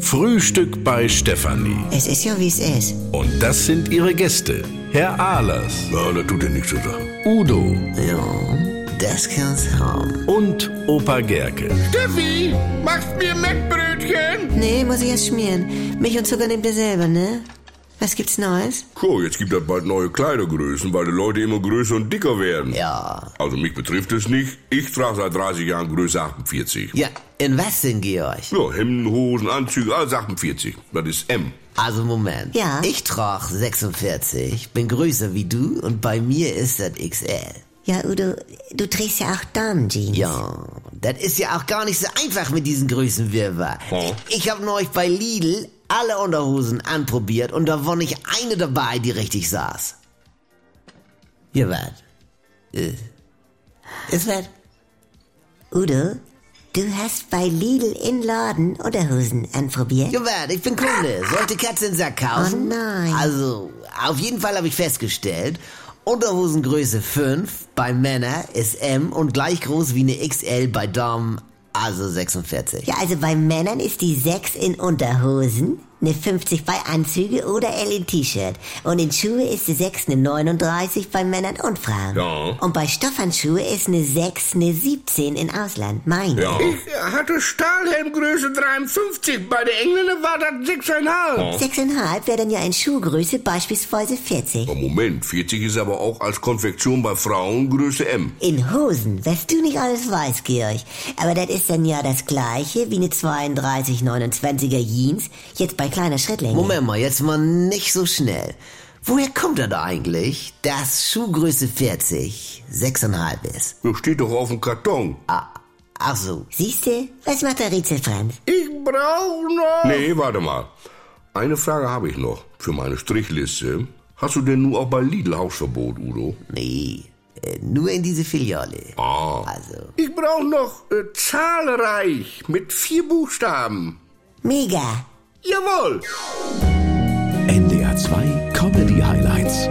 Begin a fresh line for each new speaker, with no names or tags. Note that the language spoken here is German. Frühstück bei Stefanie.
Es ist ja, wie es ist.
Und das sind ihre Gäste. Herr Ahlers,
Ja, da tut er nichts zu sagen.
Udo
Ja, das kann's haben.
und Opa Gerke.
Steffi, machst mir Mettbrötchen?
Nee, muss ich erst schmieren. Milch und Zucker nehmt ihr selber, ne? Was gibt's Neues?
So, jetzt gibt es bald neue Kleidergrößen, weil die Leute immer größer und dicker werden.
Ja.
Also mich betrifft es nicht. Ich trage seit 30 Jahren Größe 48.
Ja, in was denn, Georg?
Ja, Hemden, Hosen, Anzüge, alles 48. Das ist M.
Also Moment.
Ja.
Ich trage 46, bin größer wie du und bei mir ist das XL.
Ja, Udo, du trägst ja auch Damenjeans.
Ja, das ist ja auch gar nicht so einfach mit diesen Größenwirrwarr.
Hä?
Ich habe neulich bei Lidl alle Unterhosen anprobiert und da war nicht eine dabei, die richtig saß. Hier was? Äh. Ist was?
Udo, du hast bei Lidl in Laden Unterhosen anprobiert.
Gewährt, ich bin Kunde. Sollte Katze in den Sack kaufen?
Oh nein.
Also, auf jeden Fall habe ich festgestellt, Unterhosengröße 5 bei Männer ist M und gleich groß wie eine XL bei Damen, also 46.
Ja, also bei Männern ist die 6 in Unterhosen, eine 50 bei Anzüge oder L in T-Shirt. Und in Schuhe ist die 6 eine 39 bei Männern und Frauen.
Ja.
Und bei Stoffhandschuhe ist eine 6 eine 17 in Ausland. Meine.
Ja.
Ich äh, hatte Stahlhelmgröße 53, bei den Engländern war das 6,5.
6,5 wäre dann ja in Schuhgröße beispielsweise 40.
Aber Moment, 40 ist aber auch als Konfektion bei Frauen Größe M.
In Hosen, was du nicht alles weißt, Georg. Aber das ist dann ja das gleiche wie eine 32, 29er Jeans, jetzt bei kleiner Schrittlänge.
Moment mal, jetzt mal nicht so schnell. Woher kommt das eigentlich, dass Schuhgröße 40 6,5 ist?
Das steht doch auf dem Karton.
Ah, ach so.
Siehste, was macht der Rätsel, Franz?
Ich brauch noch...
Nee, warte mal. Eine Frage habe ich noch für meine Strichliste. Hast du denn nun auch bei Lidl Hausverbot, Udo?
Nee, äh, nur in diese Filiale.
Ah.
Also,
Ich brauch noch äh, zahlreich mit vier Buchstaben.
Mega.
Jawohl.
NDR 2 Comedy Highlights.